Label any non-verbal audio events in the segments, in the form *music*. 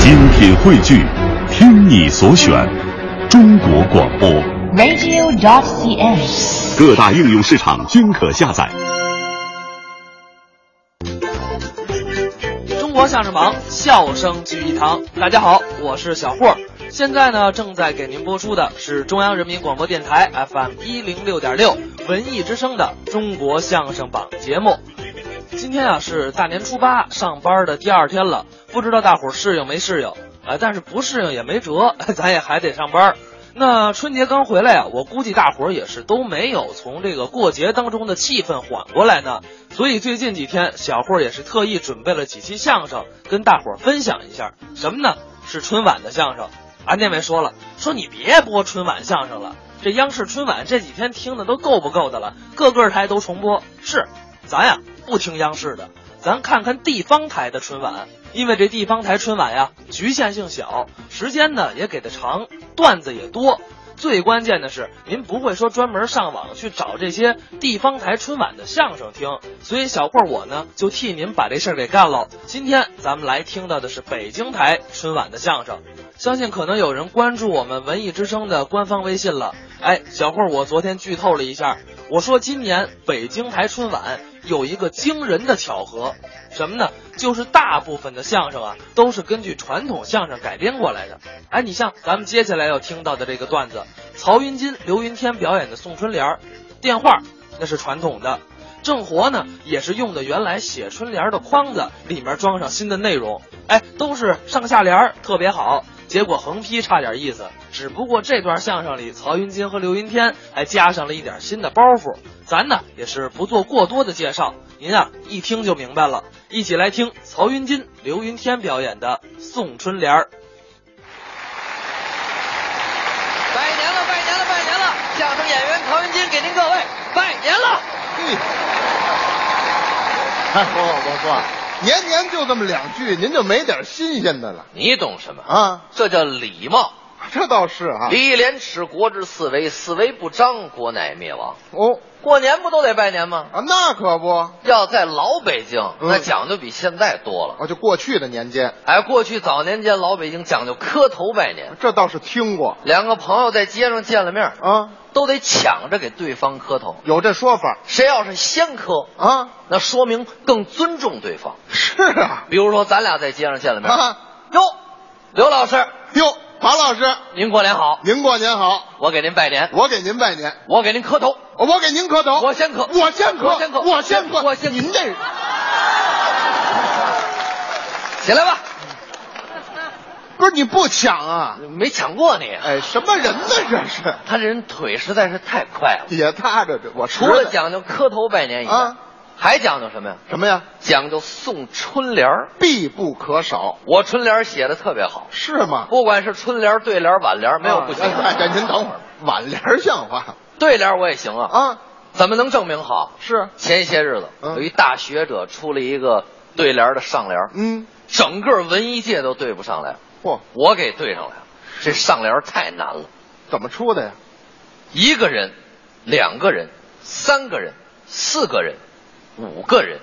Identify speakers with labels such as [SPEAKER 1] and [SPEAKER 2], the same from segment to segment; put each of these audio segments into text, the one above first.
[SPEAKER 1] 精品汇聚，听你所选，中国广播。
[SPEAKER 2] radio.cn。
[SPEAKER 1] 各大应用市场均可下载。
[SPEAKER 3] 中国相声榜，笑声聚一堂。大家好，我是小霍儿。现在呢，正在给您播出的是中央人民广播电台 FM 一零六点六文艺之声的《中国相声榜》节目。今天啊是大年初八，上班的第二天了，不知道大伙儿适应没适应？呃，但是不适应也没辙， *laughs* 咱也还得上班儿。那春节刚回来啊，我估计大伙儿也是都没有从这个过节当中的气氛缓过来呢。所以最近几天，小霍儿也是特意准备了几期相声跟大伙儿分享一下。什么呢？是春晚的相声。啊，那位说了，说你别播春晚相声了，这央视春晚这几天听的都够不够的了，各个台都重播。是，咱呀不听央视的，咱看看地方台的春晚，因为这地方台春晚呀局限性小，时间呢也给的长，段子也多。最关键的是，您不会说专门上网去找这些地方台春晚的相声听，所以小霍我呢就替您把这事儿给干了。今天咱们来听到的是北京台春晚的相声，相信可能有人关注我们文艺之声的官方微信了。哎，小霍我昨天剧透了一下，我说今年北京台春晚有一个惊人的巧合，什么呢？就是大部分的相声啊都是根据传统相声改编过来的。哎，你像咱们接下来要听到的这个段子，曹云金、刘云天表演的送春联儿，电话那是传统的，郑活呢也是用的原来写春联儿的框子，里面装上新的内容，哎，都是上下联儿特别好。结果横批差点意思，只不过这段相声里，曹云金和刘云天还加上了一点新的包袱。咱呢也是不做过多的介绍，您啊一听就明白了。一起来听曹云金、刘云天表演的《送春联儿》。拜年了，拜年了，拜年了！相声演员曹云金给您各位拜年了。
[SPEAKER 4] *laughs* 哎，不不不，年年就这么两句，您就没点新鲜的了
[SPEAKER 5] 你懂什么？
[SPEAKER 4] 啊？
[SPEAKER 5] 这叫礼貌。
[SPEAKER 4] 这倒是啊。
[SPEAKER 5] 礼义廉耻，国之四维，四维不张，国乃灭亡。
[SPEAKER 4] 哦
[SPEAKER 5] 过年不都得拜年吗？
[SPEAKER 4] 啊，那可不，
[SPEAKER 5] 要在老北京，
[SPEAKER 4] 嗯
[SPEAKER 5] 那讲究比现在多了。
[SPEAKER 4] 啊，就过去的年间，
[SPEAKER 5] 哎，过去早年间老北京讲究磕头拜年，
[SPEAKER 4] 这倒是听过
[SPEAKER 5] 两个朋友在街上见了面，
[SPEAKER 4] 啊，
[SPEAKER 5] 都得抢着给对方磕头。
[SPEAKER 4] 有这说法
[SPEAKER 5] 谁要是先磕，
[SPEAKER 4] 啊。
[SPEAKER 5] 那说明更尊重对方。
[SPEAKER 4] 是啊，
[SPEAKER 5] 比如说，咱俩在街上见了面，
[SPEAKER 4] 啊，
[SPEAKER 5] 哟，刘老师，
[SPEAKER 4] 哟，庞老师，
[SPEAKER 5] 您过年好，
[SPEAKER 4] 您过年好，
[SPEAKER 5] 我给您拜年，
[SPEAKER 4] 我给您拜年，
[SPEAKER 5] 我给您磕头。
[SPEAKER 4] 我给您磕头，
[SPEAKER 5] 我先磕
[SPEAKER 4] 我先磕，
[SPEAKER 5] 我先磕
[SPEAKER 4] 我先磕，
[SPEAKER 5] 我先磕
[SPEAKER 4] 您这
[SPEAKER 5] 起来吧，
[SPEAKER 4] 不是你不抢啊？
[SPEAKER 5] 没抢过你。啊
[SPEAKER 4] 哎，什么人呢？这是 *laughs*
[SPEAKER 5] 他这人腿实在是太快了，
[SPEAKER 4] 也踏着这，我
[SPEAKER 5] 除
[SPEAKER 4] 实
[SPEAKER 5] 了
[SPEAKER 4] 在
[SPEAKER 5] 讲究磕头拜年以外，
[SPEAKER 4] 啊
[SPEAKER 5] 还讲究什么呀？
[SPEAKER 4] 什么呀？
[SPEAKER 5] 讲究送春联儿。
[SPEAKER 4] 必不可少，
[SPEAKER 5] 我春联儿写的特别好，
[SPEAKER 4] 是吗？
[SPEAKER 5] 不管是春联儿、对联儿、挽联儿，没有不行
[SPEAKER 4] 哎哎
[SPEAKER 5] 的。
[SPEAKER 4] 哎，您等会儿，挽联儿像话吗
[SPEAKER 5] 对联儿我也行啊，
[SPEAKER 4] 啊？
[SPEAKER 5] 怎么能证明好？
[SPEAKER 4] 是，
[SPEAKER 5] 前些日子
[SPEAKER 4] 嗯
[SPEAKER 5] 有一大学者出了一个对联儿的上联儿，
[SPEAKER 4] 嗯，
[SPEAKER 5] 整个文艺界都对不上来，
[SPEAKER 4] 嚯，
[SPEAKER 5] 我给对上来了。这上联儿太难了，
[SPEAKER 4] 怎么出的呀？
[SPEAKER 5] 一个人、两个人、三个人、四个人、五个人，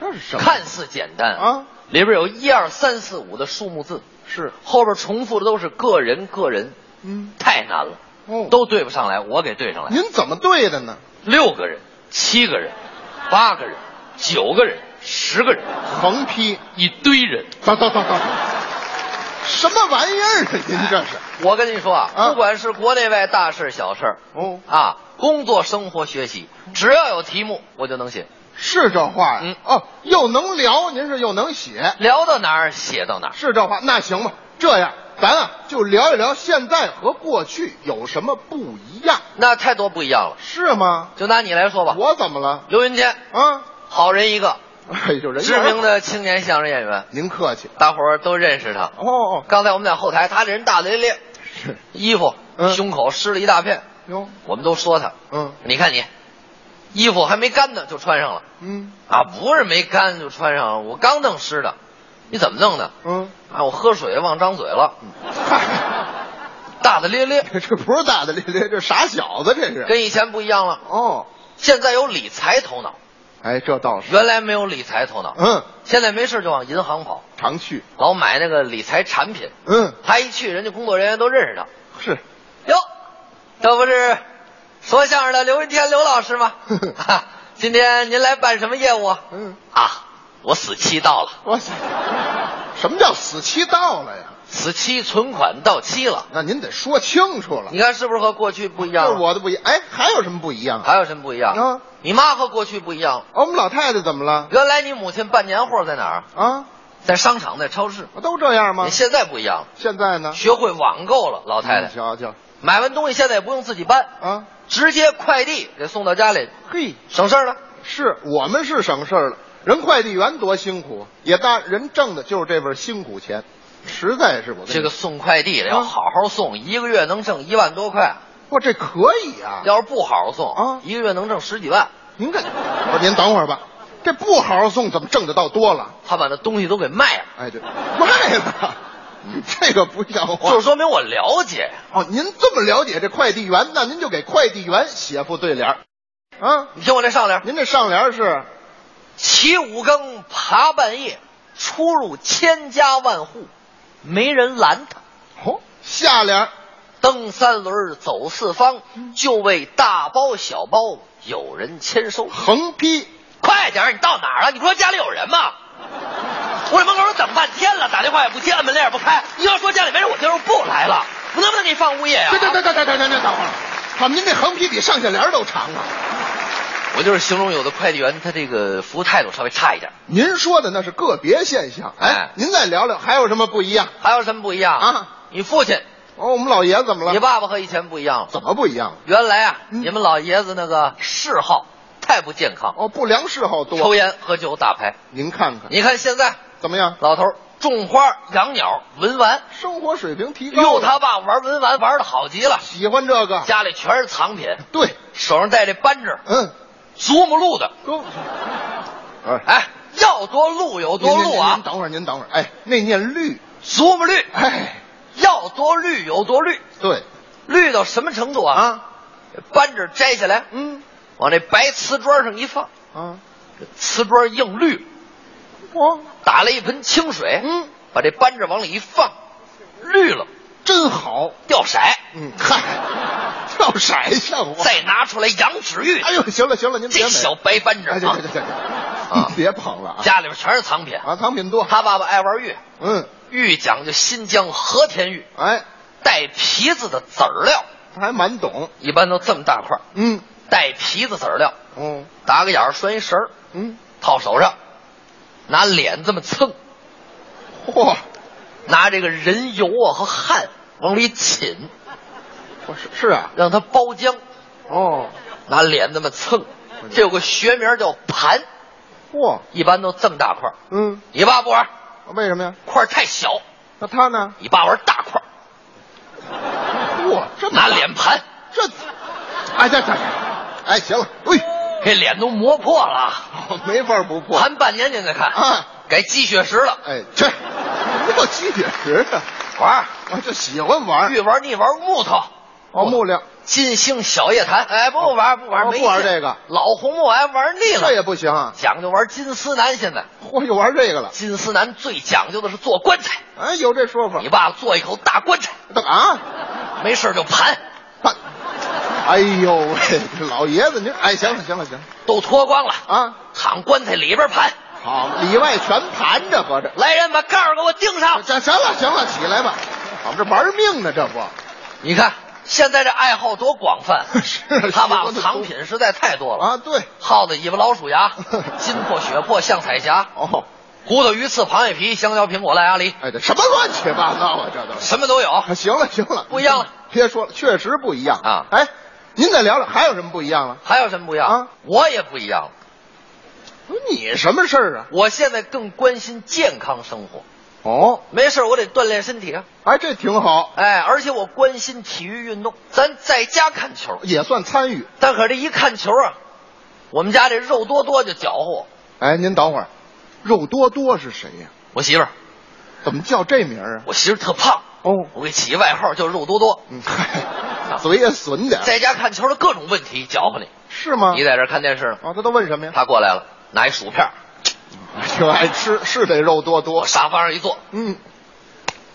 [SPEAKER 4] 这是什么？
[SPEAKER 5] 看似简单
[SPEAKER 4] 啊，
[SPEAKER 5] 里边有一二三四五的数目字，
[SPEAKER 4] 是，
[SPEAKER 5] 后边重复的都是个人个人，
[SPEAKER 4] 嗯，
[SPEAKER 5] 太难了，
[SPEAKER 4] 哦，
[SPEAKER 5] 都对不上来，我给对上来，
[SPEAKER 4] 您怎么对的呢？
[SPEAKER 5] 六个人、七个人、八个人、九个人、十个人，
[SPEAKER 4] 横批，
[SPEAKER 5] 一堆人。
[SPEAKER 4] 走走走走，什么玩意儿啊？您这是？
[SPEAKER 5] 我跟你说
[SPEAKER 4] 啊
[SPEAKER 5] 啊，不管是国内外大事小事儿，
[SPEAKER 4] 哦，
[SPEAKER 5] 啊，工作、生活、学习，只要有题目我就能写，
[SPEAKER 4] 是这话呀？
[SPEAKER 5] 嗯
[SPEAKER 4] 哦，又能聊，您是又能写，
[SPEAKER 5] 聊到哪儿写到哪儿。
[SPEAKER 4] 是这话？那行吧，这样咱啊就聊一聊现在和过去有什么不一样，
[SPEAKER 5] 那太多不一样了。
[SPEAKER 4] 是吗？
[SPEAKER 5] 就拿你来说吧，
[SPEAKER 4] 我怎么了？
[SPEAKER 5] 刘云天，
[SPEAKER 4] 啊，
[SPEAKER 5] 好人一个，
[SPEAKER 4] 哎呦，人
[SPEAKER 5] 知名
[SPEAKER 4] 的，
[SPEAKER 5] 的青年相声演员，
[SPEAKER 4] 您客气。
[SPEAKER 5] 大伙儿都认识他。
[SPEAKER 4] 哦哦，
[SPEAKER 5] 刚才我们在后台，他这人大咧咧，
[SPEAKER 4] 是
[SPEAKER 5] 衣服、
[SPEAKER 4] 嗯
[SPEAKER 5] 胸口湿了一大片，
[SPEAKER 4] 哟，
[SPEAKER 5] 我们都说他。
[SPEAKER 4] 嗯
[SPEAKER 5] 你看你，衣服还没干呢就穿上了
[SPEAKER 4] 嗯
[SPEAKER 5] 啊！不是没干就穿上了，我刚弄湿的，你怎么弄的？
[SPEAKER 4] 嗯， *laughs*
[SPEAKER 5] 啊，我喝水忘张嘴了，
[SPEAKER 4] 嗨，
[SPEAKER 5] 大大咧咧，
[SPEAKER 4] 这不是大大咧咧，这傻小子，这是。
[SPEAKER 5] 跟以前不一样了。
[SPEAKER 4] 哦，
[SPEAKER 5] 现在有理财头脑，
[SPEAKER 4] 哎，这倒是，
[SPEAKER 5] 原来没有理财头脑，
[SPEAKER 4] 嗯，
[SPEAKER 5] 现在没事就往银行跑，
[SPEAKER 4] 常去，
[SPEAKER 5] 老买那个理财产品。
[SPEAKER 4] 嗯，
[SPEAKER 5] 他一去，人家工作人员都认识他。
[SPEAKER 4] 是，
[SPEAKER 5] 哟，这不是说相声的刘云天刘老师吗？啊今天您来办什么业务啊？
[SPEAKER 4] 嗯，
[SPEAKER 5] 啊，我死期到了，
[SPEAKER 4] 哇塞，什么叫死期到了呀？
[SPEAKER 5] 死期存款到期了。
[SPEAKER 4] 那您得说清楚了
[SPEAKER 5] 你，看是不是和过去不一样
[SPEAKER 4] 这
[SPEAKER 5] 了？
[SPEAKER 4] 是我的不一样。哎，还有什么不一样啊？
[SPEAKER 5] 还有什么不一样？
[SPEAKER 4] 啊
[SPEAKER 5] 你妈和过去不一样了。
[SPEAKER 4] 哦我们老太太怎么了？
[SPEAKER 5] 原来你母亲办年货在哪儿？
[SPEAKER 4] 啊，
[SPEAKER 5] 在商场，在超市。
[SPEAKER 4] 都这样吗啊
[SPEAKER 5] 你？现在不一样
[SPEAKER 4] 现在
[SPEAKER 5] 了，
[SPEAKER 4] 呢？
[SPEAKER 5] 学会网购了，老太
[SPEAKER 4] 你
[SPEAKER 5] 太
[SPEAKER 4] 瞧瞧
[SPEAKER 5] 买完东西现在也不用自己搬，
[SPEAKER 4] 啊，
[SPEAKER 5] 直接快递给送到家里，
[SPEAKER 4] 嘿，
[SPEAKER 5] 省事儿了。
[SPEAKER 4] 是我们是省事儿了，人快递员多辛苦，也大人挣的就是这份辛苦钱，实在是我跟你啊
[SPEAKER 5] 这个送快递的要好好送，一个月能挣一万多块；
[SPEAKER 4] 哇，这可以啊！
[SPEAKER 5] 要是不好好送，
[SPEAKER 4] 啊
[SPEAKER 5] 一个月能挣十几万。
[SPEAKER 4] 您这，我说您等会儿吧，这不好好送怎么挣得到多了？
[SPEAKER 5] 他把那东西都给卖了，
[SPEAKER 4] 哎，对，卖了，这个不像话。
[SPEAKER 5] 就说明我了解。
[SPEAKER 4] 哦，您这么了解这快递员，那您就给快递员写副对联儿啊。
[SPEAKER 5] 你听我这上联：
[SPEAKER 4] 您这上联是
[SPEAKER 5] 起五更，爬半夜，出入千家万户，没人拦他。
[SPEAKER 4] 哦，下联儿
[SPEAKER 5] 蹬三轮，走四方，
[SPEAKER 4] 嗯
[SPEAKER 5] 就为大包小包有人签收。
[SPEAKER 4] 横批，
[SPEAKER 5] 快点儿，你到哪儿了？你不说家里有人吗？我这门口都等半天了，打电话也不接，按门铃也不开。你要说家里没人，我今儿不来了。我能不能给你放物业呀、
[SPEAKER 4] 对对对对对对对，等会儿，怎啊么您这横批比上下联儿都长啊？
[SPEAKER 5] 我就是形容有的快递员他这个服务态度稍微差一点。
[SPEAKER 4] 您说的那是个别现象，哎
[SPEAKER 5] 哎，
[SPEAKER 4] 您再聊聊还有什么不一样？
[SPEAKER 5] 还有什么不一样
[SPEAKER 4] 啊？
[SPEAKER 5] 你父亲、
[SPEAKER 4] 哦，我们老爷怎么了？
[SPEAKER 5] 你爸爸和以前不一样了。
[SPEAKER 4] 怎么不一样了？
[SPEAKER 5] 原来啊，
[SPEAKER 4] 嗯
[SPEAKER 5] 你们老爷子那个嗜好太不健康，
[SPEAKER 4] 哦，不良嗜好
[SPEAKER 5] 抽
[SPEAKER 4] 多。
[SPEAKER 5] 烟、喝酒、打牌。
[SPEAKER 4] 您看看
[SPEAKER 5] 你看现在
[SPEAKER 4] 怎么样？
[SPEAKER 5] 老头儿种花、养鸟、文玩，
[SPEAKER 4] 生活水平提高了。
[SPEAKER 5] 哟，他爸玩文玩玩的好极了，
[SPEAKER 4] 喜欢这个。
[SPEAKER 5] 家里全是藏品，
[SPEAKER 4] 对，
[SPEAKER 5] 手上戴这扳指，
[SPEAKER 4] 嗯，
[SPEAKER 5] 祖母绿的， *laughs*
[SPEAKER 4] 哥，哎，
[SPEAKER 5] 哎，要多绿有多
[SPEAKER 4] 您
[SPEAKER 5] 绿
[SPEAKER 4] 您
[SPEAKER 5] 啊
[SPEAKER 4] 您，等会儿，您等会儿，哎，那念绿，
[SPEAKER 5] 祖母绿，
[SPEAKER 4] 哎，
[SPEAKER 5] 要多绿有多绿，
[SPEAKER 4] 对
[SPEAKER 5] 绿到什么程度啊？
[SPEAKER 4] 啊，
[SPEAKER 5] 扳指摘下来，
[SPEAKER 4] 嗯
[SPEAKER 5] 往那白瓷砖上一放，
[SPEAKER 4] 啊，
[SPEAKER 5] 这瓷砖映绿，
[SPEAKER 4] 我
[SPEAKER 5] 打了一盆清水，
[SPEAKER 4] 嗯，
[SPEAKER 5] 把这扳指往里一放，绿了，
[SPEAKER 4] 真好，
[SPEAKER 5] 掉色，
[SPEAKER 4] 嗯，嗨，跳色像话。
[SPEAKER 5] 再拿出来羊脂玉，
[SPEAKER 4] 哎呦，行了行了，您别
[SPEAKER 5] 这
[SPEAKER 4] 美
[SPEAKER 5] 小白扳指
[SPEAKER 4] 哎，对
[SPEAKER 5] 啊
[SPEAKER 4] 对对，对，
[SPEAKER 5] 啊
[SPEAKER 4] 啊，别捧了啊，
[SPEAKER 5] 家里边全是藏品。
[SPEAKER 4] 啊，藏品多，
[SPEAKER 5] 他爸爸爱玩玉，
[SPEAKER 4] 嗯，
[SPEAKER 5] 玉讲究新疆和田玉，
[SPEAKER 4] 哎，
[SPEAKER 5] 带皮子的籽儿料，
[SPEAKER 4] 他还蛮懂，
[SPEAKER 5] 一般都这么大块儿，
[SPEAKER 4] 嗯，
[SPEAKER 5] 带皮子籽儿料，
[SPEAKER 4] 哦，
[SPEAKER 5] 打个眼儿拴一绳儿，
[SPEAKER 4] 嗯，
[SPEAKER 5] 套手上，拿脸这么蹭，
[SPEAKER 4] 嚯，
[SPEAKER 5] 拿这个人油啊和汗往里浸，
[SPEAKER 4] 我是是啊，
[SPEAKER 5] 让它包浆，
[SPEAKER 4] 哦，嗯
[SPEAKER 5] 拿脸这么蹭，这有个学名叫盘，
[SPEAKER 4] 嚯，
[SPEAKER 5] 一般都这么大块儿。
[SPEAKER 4] 嗯，
[SPEAKER 5] 你爸不玩，
[SPEAKER 4] 为什么呀？
[SPEAKER 5] 块儿太小，
[SPEAKER 4] 那他呢？
[SPEAKER 5] 你爸玩大块儿，
[SPEAKER 4] 嚯，这么
[SPEAKER 5] 拿
[SPEAKER 4] 大
[SPEAKER 5] 脸盘，
[SPEAKER 4] 这，哎这这，哎行了，喂，
[SPEAKER 5] 给脸都磨破了，
[SPEAKER 4] 没法不破
[SPEAKER 5] 盘半年您再看，
[SPEAKER 4] 啊，
[SPEAKER 5] 该积血石了。
[SPEAKER 4] 哎这，什么叫吸铁石啊？
[SPEAKER 5] 玩
[SPEAKER 4] 我就喜欢玩
[SPEAKER 5] 越玩腻玩木头，
[SPEAKER 4] 哦木料，
[SPEAKER 5] 金星小夜谭，哎，不玩不玩，
[SPEAKER 4] 哦
[SPEAKER 5] 没
[SPEAKER 4] 不玩
[SPEAKER 5] 劲
[SPEAKER 4] 这个
[SPEAKER 5] 老红木哎玩腻了，
[SPEAKER 4] 这也不行啊，
[SPEAKER 5] 讲究玩金丝楠，现在。
[SPEAKER 4] 嚯又玩这个了，
[SPEAKER 5] 金丝楠最讲究的是做棺材，
[SPEAKER 4] 哎有这说法
[SPEAKER 5] 你，爸做一口大棺材，
[SPEAKER 4] 等啊，
[SPEAKER 5] 没事就盘，
[SPEAKER 4] 他，哎呦喂，老爷子您，哎行了行了行了
[SPEAKER 5] 都脱光了，
[SPEAKER 4] 啊，
[SPEAKER 5] 躺棺材里边盘。
[SPEAKER 4] 好里外全盘着合着。
[SPEAKER 5] 来人，把盖儿给我钉
[SPEAKER 4] *laughs*
[SPEAKER 5] 上。
[SPEAKER 4] 行行了行了，起来吧，我们这玩命呢，这不
[SPEAKER 5] 你看现在这爱好多广泛，
[SPEAKER 4] *laughs* 是啊
[SPEAKER 5] 他爸
[SPEAKER 4] 喜
[SPEAKER 5] 爸
[SPEAKER 4] 欢的
[SPEAKER 5] 藏
[SPEAKER 4] 多
[SPEAKER 5] 品实在太多了，
[SPEAKER 4] 啊？对，
[SPEAKER 5] 耗子尾巴、老鼠
[SPEAKER 4] *laughs*
[SPEAKER 5] 牙、金破、血破、象彩匣、
[SPEAKER 4] 哦，
[SPEAKER 5] 骨头、鱼刺、螃蟹皮、香蕉、苹果、烂鸭梨，
[SPEAKER 4] 哎，这什么乱七八糟啊，这都 *laughs* 是。
[SPEAKER 5] 什么都有。
[SPEAKER 4] 啊行了行了，
[SPEAKER 5] 不一样了，
[SPEAKER 4] 别说了，确实不一样
[SPEAKER 5] 啊
[SPEAKER 4] 哎，您再聊聊还有什么不一样了？
[SPEAKER 5] 还有什么不一样？
[SPEAKER 4] 啊
[SPEAKER 5] 我也不一样了，
[SPEAKER 4] 不是你什么事儿啊？
[SPEAKER 5] 我现在更关心健康生活。
[SPEAKER 4] 哦，
[SPEAKER 5] 没事儿，我得锻炼身体啊。
[SPEAKER 4] 哎，这挺好，
[SPEAKER 5] 哎，而且我关心体育运动，咱在家看球，
[SPEAKER 4] 也算参与。
[SPEAKER 5] 但可这一看球啊，我们家这肉多多就搅和我，
[SPEAKER 4] 哎，您等会儿，肉多多是谁呀、
[SPEAKER 5] 我媳妇儿，
[SPEAKER 4] 怎么叫这名儿啊？
[SPEAKER 5] 我媳妇儿特胖，
[SPEAKER 4] 哦，
[SPEAKER 5] 我给起一外号叫肉多多，
[SPEAKER 4] 嗯， *laughs* 嗨，嘴也
[SPEAKER 5] *laughs*
[SPEAKER 4] 损点儿，
[SPEAKER 5] 在家看球的各种问题搅和你，
[SPEAKER 4] 是
[SPEAKER 5] 啊
[SPEAKER 4] 吗？
[SPEAKER 5] 你在这儿看电视呢， *laughs*
[SPEAKER 4] 哦，他都问什么呀？
[SPEAKER 5] 她过来了，拿一薯片儿，
[SPEAKER 4] 就爱吃， *laughs* 是得肉多多
[SPEAKER 5] 往。沙发上一坐。
[SPEAKER 4] 嗯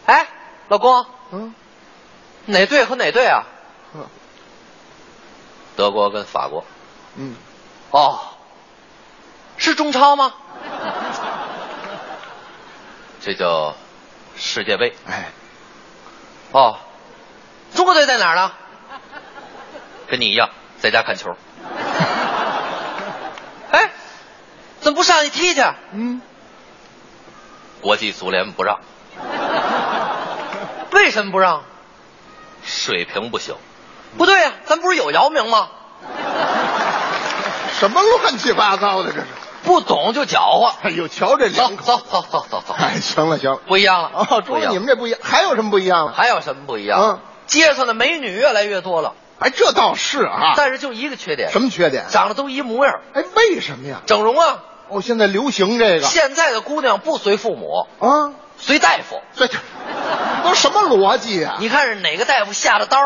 [SPEAKER 5] 哎，老公，
[SPEAKER 4] 嗯，
[SPEAKER 5] 哪队和哪队啊？
[SPEAKER 4] 呵
[SPEAKER 5] 德国跟法国。
[SPEAKER 4] 嗯，
[SPEAKER 5] 哦，是中超吗？ *laughs* 这叫世界杯。
[SPEAKER 4] 哎，
[SPEAKER 5] 哦，中国队在哪儿呢？跟你一样，在家看球。 *laughs* 哎，怎么不上去踢去？
[SPEAKER 4] 嗯，
[SPEAKER 5] 国际足联不让。 *laughs* 为什么不让？水平不行。不对呀、咱不是有姚明吗？
[SPEAKER 4] 什么乱七八糟的这是？
[SPEAKER 5] 不懂就搅和。
[SPEAKER 4] 哎呦，瞧这
[SPEAKER 5] 走
[SPEAKER 4] 两口，
[SPEAKER 5] 走走走走走，
[SPEAKER 4] 哎，行了行了，
[SPEAKER 5] 不一样了。
[SPEAKER 4] 哦，
[SPEAKER 5] 不
[SPEAKER 4] 中
[SPEAKER 5] 一样
[SPEAKER 4] 你们这不一样，还有什么不一样啊？
[SPEAKER 5] 还有什么不一样？
[SPEAKER 4] 嗯，
[SPEAKER 5] 街上的美女越来越多了，
[SPEAKER 4] 哎，这倒是啊，
[SPEAKER 5] 但是就一个缺点，
[SPEAKER 4] 什么缺点？
[SPEAKER 5] 长得都一模样，
[SPEAKER 4] 哎，为什么呀？
[SPEAKER 5] 整容啊。
[SPEAKER 4] 哦，现在流行这个
[SPEAKER 5] 现在的姑娘不随父母，
[SPEAKER 4] 啊，
[SPEAKER 5] 随大夫。
[SPEAKER 4] 这这都什么逻辑呀？
[SPEAKER 5] 你看是哪个大夫下的刀，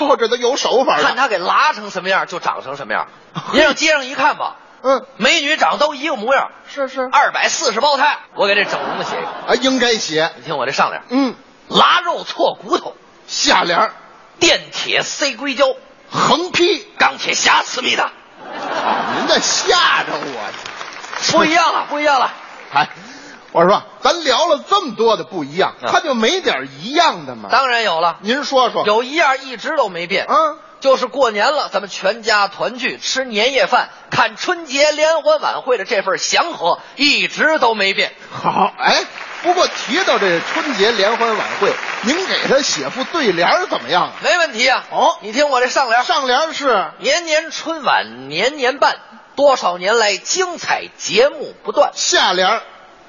[SPEAKER 4] 哦，这都有手法
[SPEAKER 5] 看
[SPEAKER 4] 了。
[SPEAKER 5] 他给拉成什么样就长成什么样。 *laughs* 您上街上一看吧，
[SPEAKER 4] 嗯，
[SPEAKER 5] 美女长都一个模样，
[SPEAKER 4] 是是，
[SPEAKER 5] 二百四十胞胎。我给这整容的写一个，
[SPEAKER 4] 啊，应该写，
[SPEAKER 5] 你听我这上联：
[SPEAKER 4] 嗯，
[SPEAKER 5] 拉肉错骨头，
[SPEAKER 4] 下联儿
[SPEAKER 5] 电铁塞硅胶，
[SPEAKER 4] 横批。
[SPEAKER 5] 钢铁侠思密达。
[SPEAKER 4] 您这吓着我去！
[SPEAKER 5] 不一样了，啊不一样了。
[SPEAKER 4] *laughs* 哎，我说咱聊了这么多的不一样，
[SPEAKER 5] 啊
[SPEAKER 4] 他就没点一样的吗？
[SPEAKER 5] 当然有了，
[SPEAKER 4] 您说说，
[SPEAKER 5] 有一样一直都没变，
[SPEAKER 4] 啊？
[SPEAKER 5] 就是过年了，咱们全家团聚吃年夜饭，看春节联欢晚会的这份祥和一直都没变。
[SPEAKER 4] 好，哎，不过提到这春节联欢晚会，您给他写副对联儿怎么样啊？
[SPEAKER 5] 没问题啊。
[SPEAKER 4] 哦
[SPEAKER 5] 你听我这上联：
[SPEAKER 4] 上联是
[SPEAKER 5] 年年春晚年年办，多少年来精彩节目不断，
[SPEAKER 4] 下联儿，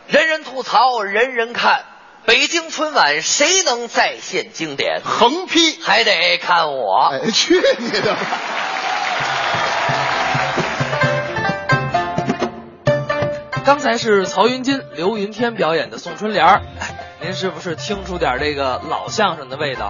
[SPEAKER 5] 人人吐槽，人人看。北京春晚谁能再现经典？
[SPEAKER 4] 横批。
[SPEAKER 5] 还得看我。
[SPEAKER 4] 哎，去你的吧！
[SPEAKER 3] 刚才是曹云金、刘云天表演的《送春联儿》，哎，您是不是听出点这个老相声的味道？